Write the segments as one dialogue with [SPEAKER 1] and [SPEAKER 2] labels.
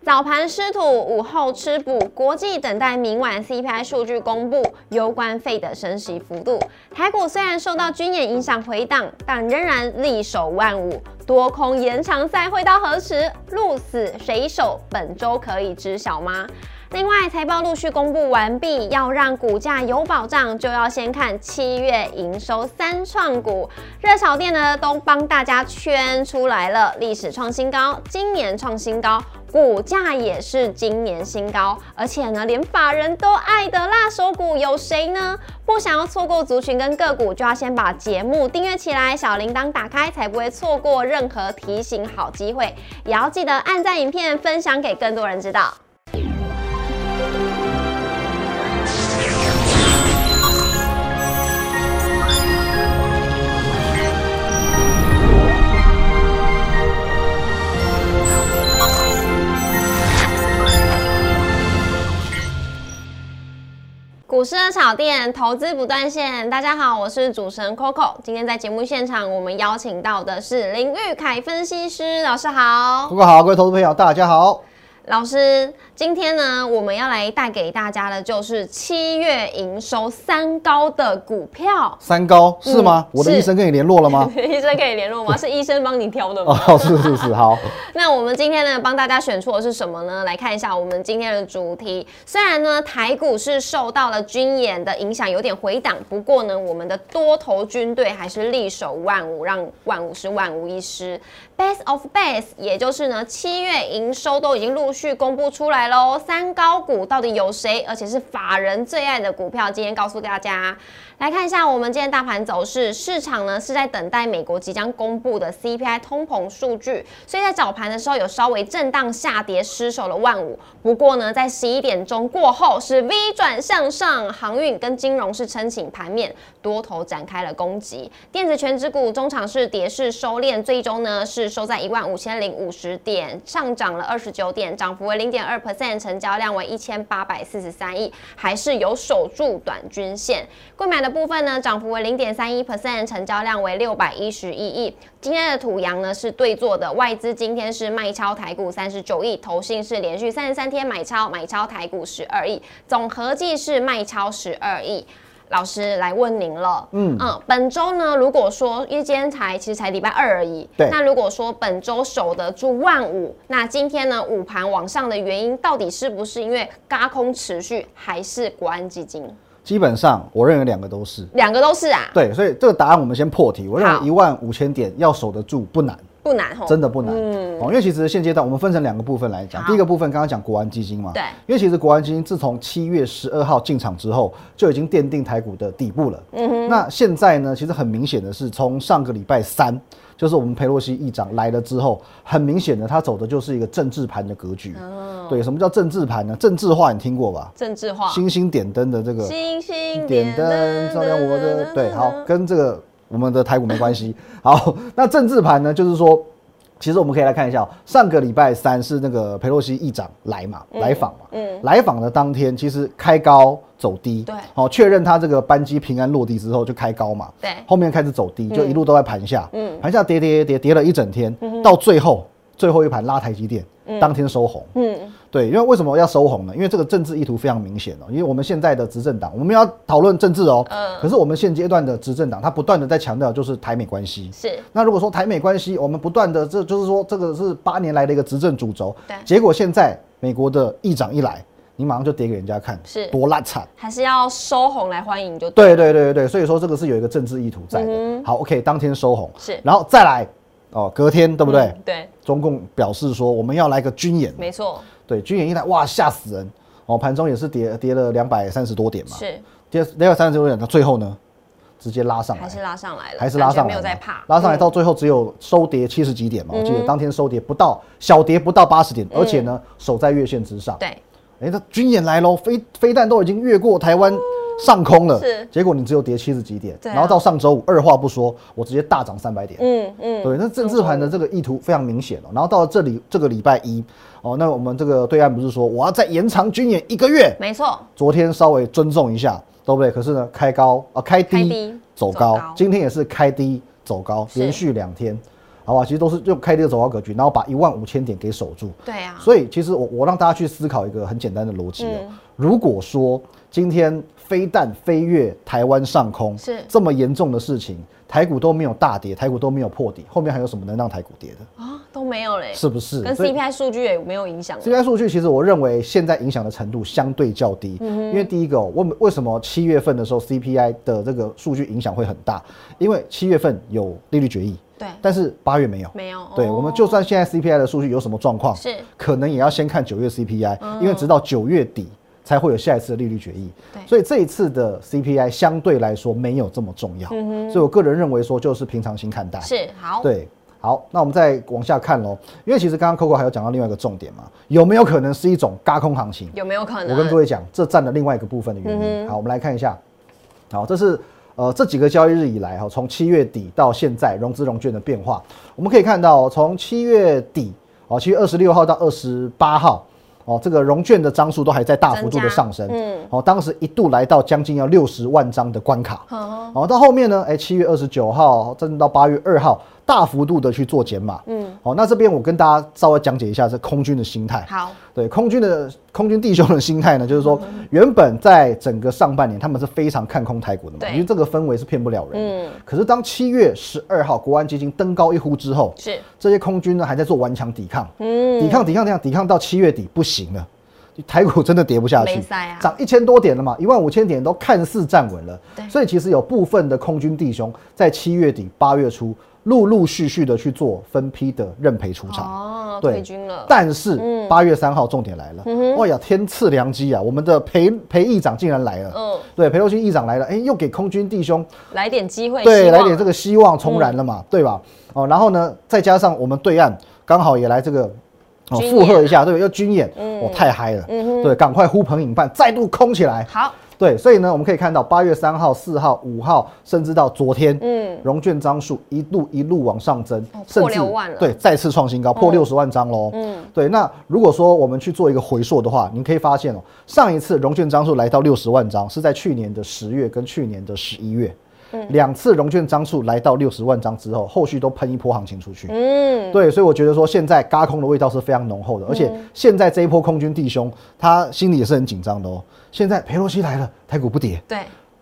[SPEAKER 1] 早盘失土，午后吃补。国际等待明晚 CPI 数据公布，攸关费的升息幅度。台股虽然受到军演影响回档，但仍然力守万五。多空延长赛会到何时？鹿死谁手？本周可以知晓吗？另外，财报陆续公布完毕，要让股价有保障，就要先看七月营收三创股热炒店呢，都帮大家圈出来了，历史创新高，今年创新高，股价也是今年新高，而且呢，连法人都爱的辣手股有谁呢？不想要错过族群跟个股，就要先把节目订阅起来，小铃铛打开，才不会错过任何提醒好机会，也要记得按赞影片，分享给更多人知道。股市的炒店，投资不断线。大家好，我是主持人 Coco。今天在节目现场，我们邀请到的是林玉凯分析师老师好。
[SPEAKER 2] 各位好，各位投资朋友，大家好。
[SPEAKER 1] 老师，今天呢，我们要来带给大家的就是七月营收三高的股票。
[SPEAKER 2] 三高是吗？
[SPEAKER 1] 嗯
[SPEAKER 2] 我的
[SPEAKER 1] 是？
[SPEAKER 2] 医生跟你联络了 吗
[SPEAKER 1] 医生可以联络吗？是医生帮你挑的吗？
[SPEAKER 2] 哦，是是是，好，
[SPEAKER 1] 那我们今天呢，帮大家选出的是什么呢？来看一下我们今天的主题。虽然呢，台股是受到了军演的影响，有点回档，不过呢，我们的多头军队还是力守万五，让万五是万无一失。Base of base，也就是呢，七月营收都已经陆续公布出来喽。三高股到底有谁？而且是法人最爱的股票，今天告诉大家。来看一下我们今天大盘走势，市场呢是在等待美国即将公布的 CPI 通膨数据，所以在早盘的时候有稍微震荡下跌，失守了万五。不过呢，在十一点钟过后是 V 转向上，航运跟金融是撑起盘面，多头展开了攻击。电子全指股中场是跌势收敛，最终呢是收在一万五千零五十点，上涨了二十九点，涨幅为零点二 percent，成交量为一千八百四十三亿，还是有守住短均线。贵买的部分呢，涨幅为零点三一 percent，成交量为六百一十一亿。今天的土洋呢是对坐的，外资今天是卖超台股三十九亿，投信是连续三十三天买超，买超台股十二亿，总合计是卖超十二亿。老师来问您了，嗯嗯，本周呢，如果说因为今天才其实才礼拜二而已，
[SPEAKER 2] 对
[SPEAKER 1] 那如果说本周守得住万五，那今天呢午盘往上的原因到底是不是因为嘎空持续，还是国安基金？
[SPEAKER 2] 基本上我认为两个都是
[SPEAKER 1] 两个都是啊，
[SPEAKER 2] 对，所以这个答案我们先破题。我认
[SPEAKER 1] 好
[SPEAKER 2] 为一万五千点要守得住不难，
[SPEAKER 1] 不难吼，
[SPEAKER 2] 真的不难。哦，因为其实现阶段我们分成两个部分来讲
[SPEAKER 1] 好，
[SPEAKER 2] 第一个部分刚刚讲国安基金嘛，
[SPEAKER 1] 对
[SPEAKER 2] 因为其实国安基金自从七月十二号进场之后，就已经奠定台股的底部了。嗯哼，那现在呢，其实很明显的是，从上个礼拜三，就是我们佩洛西议长来了之后，很明显的他走的就是一个政治盘的格局。对，什么叫政治盘呢？政治化你听过吧？
[SPEAKER 1] 政治化。
[SPEAKER 2] 星星点灯的这个
[SPEAKER 1] 星星
[SPEAKER 2] 点灯照亮我的，对，好，跟这个我们的台股没关 系。好，那政治盘呢，就是说，其实我们可以来看一下哦、上个礼拜三是那个佩洛西议长来嘛，来访嘛，嗯，来访的当天其实开高走低，
[SPEAKER 1] 对
[SPEAKER 2] 好，确认他这个班机平安落地之后就开高嘛，
[SPEAKER 1] 对
[SPEAKER 2] 后面开始走低，就一路都在盘下，嗯，盘下跌跌跌跌了一整天，
[SPEAKER 1] 嗯
[SPEAKER 2] 到最后最后一盘拉台积电，当天收红，
[SPEAKER 1] 嗯，
[SPEAKER 2] 对，因为为什么要收红呢？因为这个政治意图非常明显哦、因为我们现在的执政党，我们要讨论政治哦、
[SPEAKER 1] 嗯
[SPEAKER 2] 可是我们现阶段的执政党，他不断的在强调就是台美关系。
[SPEAKER 1] 是
[SPEAKER 2] 那如果说台美关系，我们不断的这就是说这个是八年来的一个执政主轴
[SPEAKER 1] 对。
[SPEAKER 2] 结果现在美国的议长一来，你马上就跌给人家看，
[SPEAKER 1] 是
[SPEAKER 2] 多烂惨。
[SPEAKER 1] 还是要收红来欢迎就对。
[SPEAKER 2] 对对对对对，所以说这个是有一个政治意图在的。好，OK，当天收红
[SPEAKER 1] 嗯是
[SPEAKER 2] 然后再来哦，隔天对不对？
[SPEAKER 1] 嗯对，
[SPEAKER 2] 中共表示说我们要来个军演，
[SPEAKER 1] 没错，
[SPEAKER 2] 对，军演一来，哇，吓死人！哦，盘中也是跌跌了两百三十多点嘛，
[SPEAKER 1] 是
[SPEAKER 2] 跌跌了三十多点，那最后呢，直接拉上来，
[SPEAKER 1] 还是拉上来了，
[SPEAKER 2] 还是拉上来
[SPEAKER 1] 感觉没
[SPEAKER 2] 嘛，
[SPEAKER 1] 有在怕，
[SPEAKER 2] 拉上来
[SPEAKER 1] 嗯
[SPEAKER 2] 到最后只有收跌七十几点嘛，我记得当天收跌不到，小跌不到八十点，
[SPEAKER 1] 嗯
[SPEAKER 2] 而且呢，守在月线之上。
[SPEAKER 1] 对，
[SPEAKER 2] 哎，那军演来喽，飞飞弹都已经越过台湾上空了，
[SPEAKER 1] 哦是
[SPEAKER 2] 结果你只有跌七十几点，
[SPEAKER 1] 对啊
[SPEAKER 2] 然后到上周五二话不说，我直接大涨三百点。
[SPEAKER 1] 嗯嗯，
[SPEAKER 2] 对，那政治盘的这个意图非常明显哦。然后到了这里这个礼拜一哦，那我们这个对岸不是说我要再延长军演一个月？
[SPEAKER 1] 没错，
[SPEAKER 2] 昨天稍微尊重一下，对不对？可是呢，开高啊、开低
[SPEAKER 1] 开低
[SPEAKER 2] 走
[SPEAKER 1] 走
[SPEAKER 2] 高
[SPEAKER 1] 高
[SPEAKER 2] 今天也是开低走高，
[SPEAKER 1] 是
[SPEAKER 2] 连续两天。好吧？其实都是就开低的走高格局，然后把一万五千点给守住。
[SPEAKER 1] 对啊，嗯
[SPEAKER 2] 所以其实我我让大家去思考一个很简单的逻辑哦。如果说今天飞弹飞越台湾上空
[SPEAKER 1] 是
[SPEAKER 2] 这么严重的事情，台股都没有大跌，台股都没有破底，后面还有什么能让台股跌的？
[SPEAKER 1] 啊都没有嘞，
[SPEAKER 2] 是不是？
[SPEAKER 1] 跟
[SPEAKER 2] 所以
[SPEAKER 1] CPI 数据也没有影响啊了。
[SPEAKER 2] 这些数据其实我认为现在影响的程度相对较低，
[SPEAKER 1] 嗯
[SPEAKER 2] 因为第一个、哦，为为什么七月份的时候 CPI 的这个数据影响会很大？因为七月份有利率决议，
[SPEAKER 1] 对，
[SPEAKER 2] 但是八月没有。
[SPEAKER 1] 没有。哦
[SPEAKER 2] 对，我们就算现在 CPI 的数据有什么状况，
[SPEAKER 1] 是
[SPEAKER 2] 可能也要先看九月 CPI，、
[SPEAKER 1] 嗯
[SPEAKER 2] 因为直到九月底才会有下一次的利率决议
[SPEAKER 1] 对。
[SPEAKER 2] 所以这一次的 CPI 相对来说没有这么重要，所以我个人认为说就是平常心看待。
[SPEAKER 1] 是嗯好，
[SPEAKER 2] 哦对，好，那我们再往下看喽，因为其实刚刚 Coco 还有讲到另外一个重点嘛，有没有可能是一种嘎空行情？
[SPEAKER 1] 有没有可能？嗯
[SPEAKER 2] 我跟各位讲，这占了另外一个部分的原因。好，我们来看一下。好，这是呃这几个交易日以来哈，从七月底到现在融资融券的变化，我们可以看到，从七月底哦，七月二十六号到二十八号。哦，这个融券的张数都还在大幅度的上升，
[SPEAKER 1] 增加嗯
[SPEAKER 2] 嗯，哦，当时一度来到将近要六十万张的关卡，
[SPEAKER 1] 呵呵
[SPEAKER 2] 然后到后面呢，哎，七月二十九号，甚至到八月二号，大幅度的去做减码。嗯，好、那这边我跟大家稍微讲解一下这空军的心态。
[SPEAKER 1] 好，
[SPEAKER 2] 对，空军的空军弟兄的心态呢，就是说，
[SPEAKER 1] 嗯
[SPEAKER 2] 原本在整个上半年，他们是非常看空台股的嘛，
[SPEAKER 1] 对
[SPEAKER 2] 因为这个氛围是骗不了人的。
[SPEAKER 1] 嗯
[SPEAKER 2] 可是当七月十二号国安基金登高一呼之后，
[SPEAKER 1] 是
[SPEAKER 2] 这些空军呢还在做顽强抵抗，
[SPEAKER 1] 嗯
[SPEAKER 2] 抵抗抵抗抵抗抵抗到七月底不行了，台股真的跌不下去
[SPEAKER 1] 没塞啊，
[SPEAKER 2] 涨一千多点了嘛，一万五千点都看似站稳了
[SPEAKER 1] 对，
[SPEAKER 2] 所以其实有部分的空军弟兄在七月底八月初陆陆续续的去做分批的认赔出场。
[SPEAKER 1] 哦，
[SPEAKER 2] 对
[SPEAKER 1] 退军了，
[SPEAKER 2] 但是
[SPEAKER 1] 嗯
[SPEAKER 2] 八月三号重点来了，哇呀，天赐良机啊！我们的裴裴议长竟然来了，
[SPEAKER 1] 嗯，
[SPEAKER 2] 对，裴洛西议长来了，哎、又给空军弟兄
[SPEAKER 1] 来点机会，
[SPEAKER 2] 对
[SPEAKER 1] 希望嗯
[SPEAKER 2] 来点这个希望重燃了嘛，对吧？哦，然后呢，再加上我们对岸刚好也来这个。哦，
[SPEAKER 1] 军演嗯
[SPEAKER 2] 附和一下，对，要军演，哦，太嗨了，对，赶快呼朋引伴，再度空起来，
[SPEAKER 1] 好，
[SPEAKER 2] 对，所以呢，我们可以看到八月三号、四号、五号，甚至到昨天，嗯，融券张数一路一路往上增，
[SPEAKER 1] 哦
[SPEAKER 2] 甚
[SPEAKER 1] 破
[SPEAKER 2] 至
[SPEAKER 1] 6万了
[SPEAKER 2] 对，再次创新高，破六十万张喽。嗯，对。那如果说我们去做一个回溯的话，你可以发现哦，上一次融券张数来到六十万张是在去年的十月跟去年的十一月。
[SPEAKER 1] 嗯
[SPEAKER 2] 两次融券张数来到六十万张之后，后续都喷一波行情出去。
[SPEAKER 1] 嗯，
[SPEAKER 2] 对，所以我觉得说现在嘎空的味道是非常浓厚的，而且现在这一波空军弟兄他心里也是很紧张的哦。现在佩洛西来了，台股不跌；
[SPEAKER 1] 对，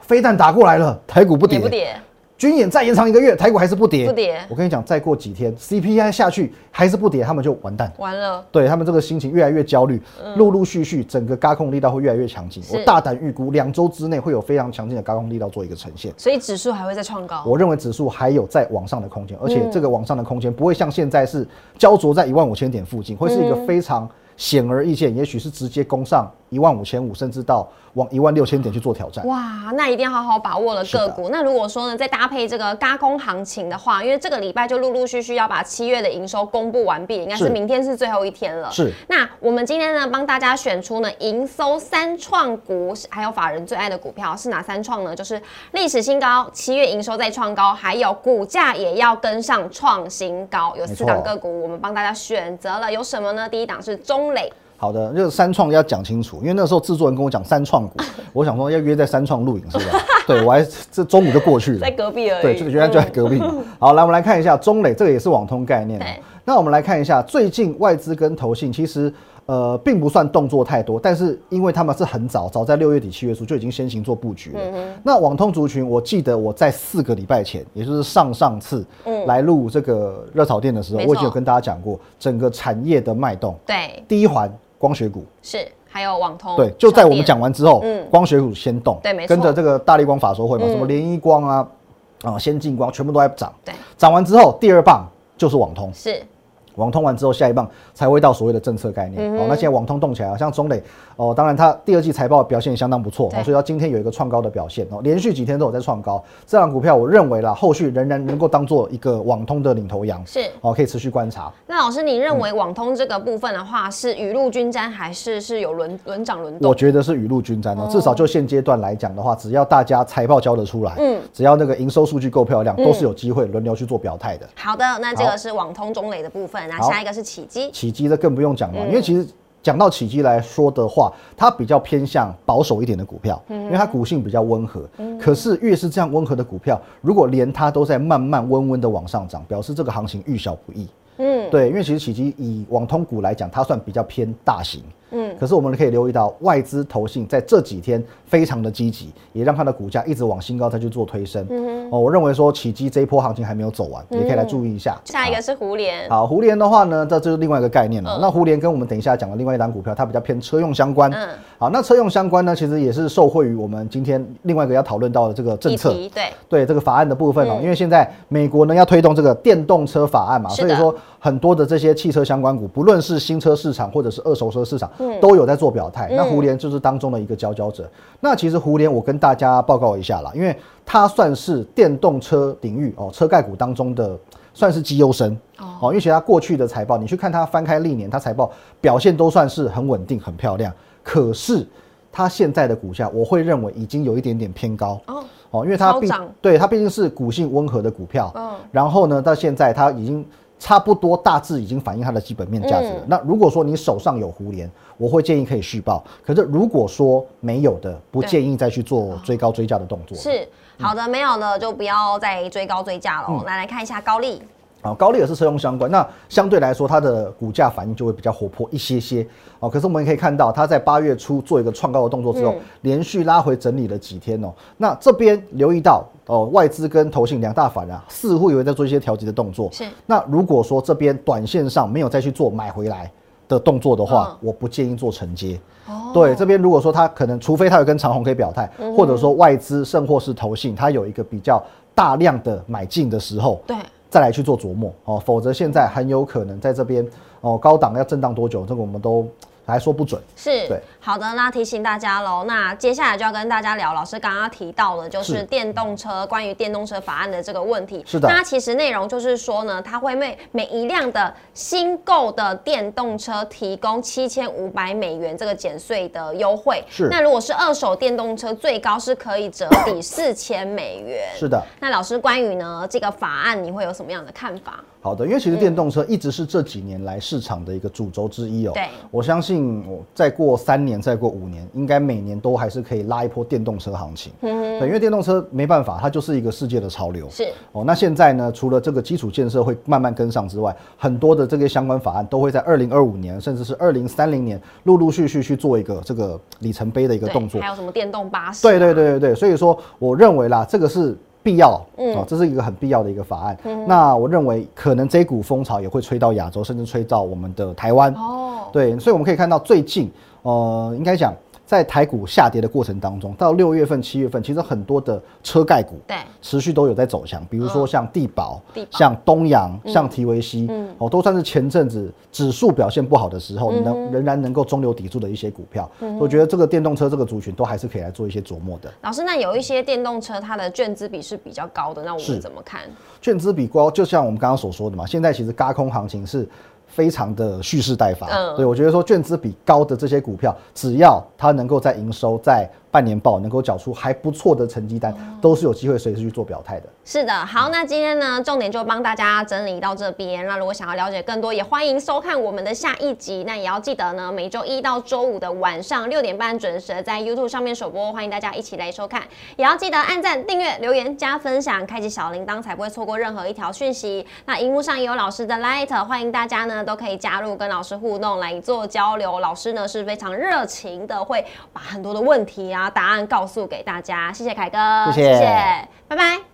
[SPEAKER 2] 飞弹打过来了，台股不跌；
[SPEAKER 1] 也不跌，
[SPEAKER 2] 军演再延长一个月，台股还是不跌。
[SPEAKER 1] 不跌
[SPEAKER 2] 我跟你讲，再过几天 CPI 下去还是不跌，他们就完蛋。
[SPEAKER 1] 完了，
[SPEAKER 2] 对他们这个心情越来越焦虑，陆陆续续整个嘎空力道会越来越强劲。
[SPEAKER 1] 嗯是
[SPEAKER 2] 我大胆预估，两周之内会有非常强劲的嘎空力道做一个呈现。
[SPEAKER 1] 所以指数还会再创高，
[SPEAKER 2] 我认为指数还有在往上的空间，而且这个往上的空间不会像现在是焦灼在一万五千点附近，会是一个非常显而易见，也许是直接攻上一万五千五，甚至到往一万六千点去做挑战。
[SPEAKER 1] 哇，那一定要好好把握了
[SPEAKER 2] 的
[SPEAKER 1] 个股。那如果说呢，再搭配这个嘎空行情的话，因为这个礼拜就陆陆续续要把七月的营收公布完毕，应该是
[SPEAKER 2] 是
[SPEAKER 1] 明天是最后一天了。
[SPEAKER 2] 是。
[SPEAKER 1] 那我们今天呢，帮大家选出呢营收三创股，还有法人最爱的股票是哪三创呢？就是历史新高，七月营收再创高，还有股价也要跟上创新高，有
[SPEAKER 2] 没
[SPEAKER 1] 四档
[SPEAKER 2] 错
[SPEAKER 1] 个股，我们帮大家选择了有什么呢？第一档是中磊，
[SPEAKER 2] 好的，这个三创要讲清楚，因为那时候制作人跟我讲三创股，我想说要约在三创录影是吧？对，我还这中午就过去了，
[SPEAKER 1] 在隔壁而已。
[SPEAKER 2] 对，这个原来就在 隔壁嘛。好，来我们来看一下中磊，这个也是网通概念、哦
[SPEAKER 1] 对。
[SPEAKER 2] 那我们来看一下最近外资跟投信，其实呃并不算动作太多，但是因为他们是很早，早在六月底七月初就已经先行做布局了。
[SPEAKER 1] 嗯
[SPEAKER 2] 那网通族群，我记得我在四个礼拜前，也就是上上次来录这个热炒店的时候，
[SPEAKER 1] 没
[SPEAKER 2] 我已经
[SPEAKER 1] 错
[SPEAKER 2] 有跟大家讲过整个产业的脉动，
[SPEAKER 1] 对，
[SPEAKER 2] 第一环光学股。
[SPEAKER 1] 是，还有网通。
[SPEAKER 2] 对，就在我
[SPEAKER 1] 小
[SPEAKER 2] 们
[SPEAKER 1] 店
[SPEAKER 2] 讲完之后，
[SPEAKER 1] 嗯
[SPEAKER 2] 光学股先动，
[SPEAKER 1] 对没错
[SPEAKER 2] 跟着这个大力光法说会嘛，
[SPEAKER 1] 嗯
[SPEAKER 2] 什么联一光啊，啊，先进光全部都在涨，
[SPEAKER 1] 对，
[SPEAKER 2] 涨完之后第二棒就是网通，
[SPEAKER 1] 是
[SPEAKER 2] 网通完之后下一棒才会到所谓的政策概念。好、那现在网通动起来了，像中磊哦，当然它第二季财报表现也相当不错，
[SPEAKER 1] 对
[SPEAKER 2] 哦，所以它今天有一个创高的表现哦，连续几天都有在创高，这档股票我认为啦，后续仍然能够当做一个网通的领头羊，
[SPEAKER 1] 是。
[SPEAKER 2] 哦，可以持续观察。
[SPEAKER 1] 那老师，你认为网通这个部分的话，是雨露均沾，还是是有轮轮涨轮
[SPEAKER 2] 我
[SPEAKER 1] 动？
[SPEAKER 2] 觉得是雨露均沾哦，至少就现阶段来讲的话，只要大家财报交得出来，嗯，只要那个营收数据够漂亮，都是有机会轮流去做表态的。
[SPEAKER 1] 好的，那这
[SPEAKER 2] 好
[SPEAKER 1] 个是网通中磊的部分，那
[SPEAKER 2] 好
[SPEAKER 1] 下一个是起基，
[SPEAKER 2] 嗯起基这更不用讲了，因为其实讲到起基来说的话，它比较偏向保守一点的股票，因为它股性比较温和。可是越是这样温和的股票，如果连它都在慢慢温温的往上涨，表示这个行情遇小不易。嗯，对，因为其实起基以网通股来讲，它算比较偏大型。嗯，可是我们可以留意到，外资投信在这几天非常的积极，也让它的股价一直往新高再去做推升。嗯哦，我认为说起基这一波行情还没有走完，也可以来注意一下。
[SPEAKER 1] 下一个是胡联，
[SPEAKER 2] 好，胡联的话呢，这就是另外一个概念了。那胡联跟我们等一下讲的另外一档股票，它比较偏车用相关。
[SPEAKER 1] 嗯
[SPEAKER 2] 好，那车用相关呢，其实也是受惠于我们今天另外一个要讨论到的这个政
[SPEAKER 1] 议
[SPEAKER 2] 策。
[SPEAKER 1] 题对，
[SPEAKER 2] 对这个法案的部分哦，因为现在美国呢要推动这个电动车法案
[SPEAKER 1] 嗯
[SPEAKER 2] 嘛，
[SPEAKER 1] 是
[SPEAKER 2] 所
[SPEAKER 1] 的
[SPEAKER 2] 以说很多的这些汽车相关股，不论是新车市场或者是二手车市场，
[SPEAKER 1] 嗯
[SPEAKER 2] 都有在做表态。那胡联就是当中的一个佼佼者。那其实胡联，我跟大家报告一下啦，因为它算是电动车领域哦车盖股当中的。算是绩优生哦，因为其实它过去的财报，你去看它翻开历年，它财报表现都算是很稳定、很漂亮。可是它现在的股价，我会认为已经有一点点偏高
[SPEAKER 1] 哦，
[SPEAKER 2] 哦，因为它
[SPEAKER 1] 超
[SPEAKER 2] 毕
[SPEAKER 1] 涨
[SPEAKER 2] 对它毕竟是股性温和的股票，
[SPEAKER 1] 嗯
[SPEAKER 2] 然后呢，到现在它已经差不多大致已经反映它的基本面价值了。
[SPEAKER 1] 嗯
[SPEAKER 2] 那如果说你手上有胡联，我会建议可以续报，可是如果说没有的，不
[SPEAKER 1] 对哦
[SPEAKER 2] 建议再去做追高追价的动作。
[SPEAKER 1] 是好的，没有的就不要再追高追价
[SPEAKER 2] 嗯
[SPEAKER 1] 喽。来来看一下高丽，
[SPEAKER 2] 好，高丽也是车用相关，那相对来说它的股价反应就会比较活泼一些些。哦，可是我们也可以看到，它在八月初做一个创高的动作之后，
[SPEAKER 1] 嗯
[SPEAKER 2] 连续拉回整理了几天哦。那这边留意到哦，外资跟投信两大反啊，似乎有在做一些调节的动作。
[SPEAKER 1] 是
[SPEAKER 2] 那如果说这边短线上没有再去做买回来的动作的话，
[SPEAKER 1] 嗯哦
[SPEAKER 2] 我不建议做承接。对，这边如果说它可能，除非它有跟长虹可以表态，
[SPEAKER 1] 嗯
[SPEAKER 2] 或者说外资甚或是投信，它有一个比较大量的买进的时候，
[SPEAKER 1] 对，
[SPEAKER 2] 再来去做琢磨哦，否则现在很有可能在这边哦高档要震荡多久，这个我们都还说不准。
[SPEAKER 1] 是
[SPEAKER 2] 对
[SPEAKER 1] 好的，那提醒大家喽。那接下来就要跟大家聊，老师刚刚提到的，就是
[SPEAKER 2] 是
[SPEAKER 1] 电动车关于电动车法案的这个问题。
[SPEAKER 2] 是的
[SPEAKER 1] 那其实内容就是说呢，它会为每一辆的新购的电动车提供七千五百美元这个减税的优惠。
[SPEAKER 2] 是
[SPEAKER 1] 那如果是二手电动车，最高是可以折抵四千美元。
[SPEAKER 2] 是的，
[SPEAKER 1] 那老师关于呢这个法案，你会有什么样的看法？
[SPEAKER 2] 好的，因为其实电动车一直是这几年来市场的一个主轴之一哦。
[SPEAKER 1] 对
[SPEAKER 2] 我相信我再过三年，再过五年，应该每年都还是可以拉一波电动车行情。嗯，对，因为电动车没办法，它就是一个世界的潮流。
[SPEAKER 1] 是
[SPEAKER 2] 哦，那现在呢，除了这个基础建设会慢慢跟上之外，很多的这些相关法案都会在二零二五年，甚至是二零三零年，陆陆续续去做一个这个里程碑的一个
[SPEAKER 1] 对，
[SPEAKER 2] 动作
[SPEAKER 1] 还。有什么电动巴士？
[SPEAKER 2] 对对对对对，所以说我认为啦，这个是必要，哦，这是一个很必要的一个法案。那我认为可能这一股风潮也会吹到亚洲，甚至吹到我们的台湾。
[SPEAKER 1] 哦，
[SPEAKER 2] 对，所以我们可以看到最近，呃，应该讲在台股下跌的过程当中，到六月份、七月份，其实很多的车盖股
[SPEAKER 1] 对，
[SPEAKER 2] 持续都有在走强，比如说像地保、
[SPEAKER 1] 嗯地嗯保
[SPEAKER 2] 像东阳、像提维西，哦，都算是前阵子指数表现不好的时候，
[SPEAKER 1] 嗯
[SPEAKER 2] 你能仍然能够中流砥柱的一些股票。我觉得这个电动车这个族群都还是可以来做一些琢磨的。
[SPEAKER 1] 老师，那有一些电动车它的券资比是比较高的，那我们
[SPEAKER 2] 是
[SPEAKER 1] 怎么看？
[SPEAKER 2] 券资比高，就像我们刚刚所说的嘛，现在其实轧空行情是非常的蓄势待发。
[SPEAKER 1] 嗯
[SPEAKER 2] 对，我觉得说券资比高的这些股票，只要它能够在营收在半年报能够缴出还不错的成绩单，
[SPEAKER 1] 嗯
[SPEAKER 2] 都是有机会随时去做表态的。
[SPEAKER 1] 是的，好，那今天呢，重点就帮大家整理到这边。那如果想要了解更多，也欢迎收看我们的下一集。那也要记得呢，每周一到周五的晚上六点半准时在 YouTube 上面首播，欢迎大家一起来收看。也要记得按赞、订阅、留言、加分享，开启小铃铛才不会错过任何一条讯息。那荧幕上也有老师的 Light，欢迎大家呢都可以加入跟老师互动来做交流。老师呢是非常热情的，会把很多的问题啊答案告诉给大家。谢谢凯哥，
[SPEAKER 2] 谢谢
[SPEAKER 1] 拜拜。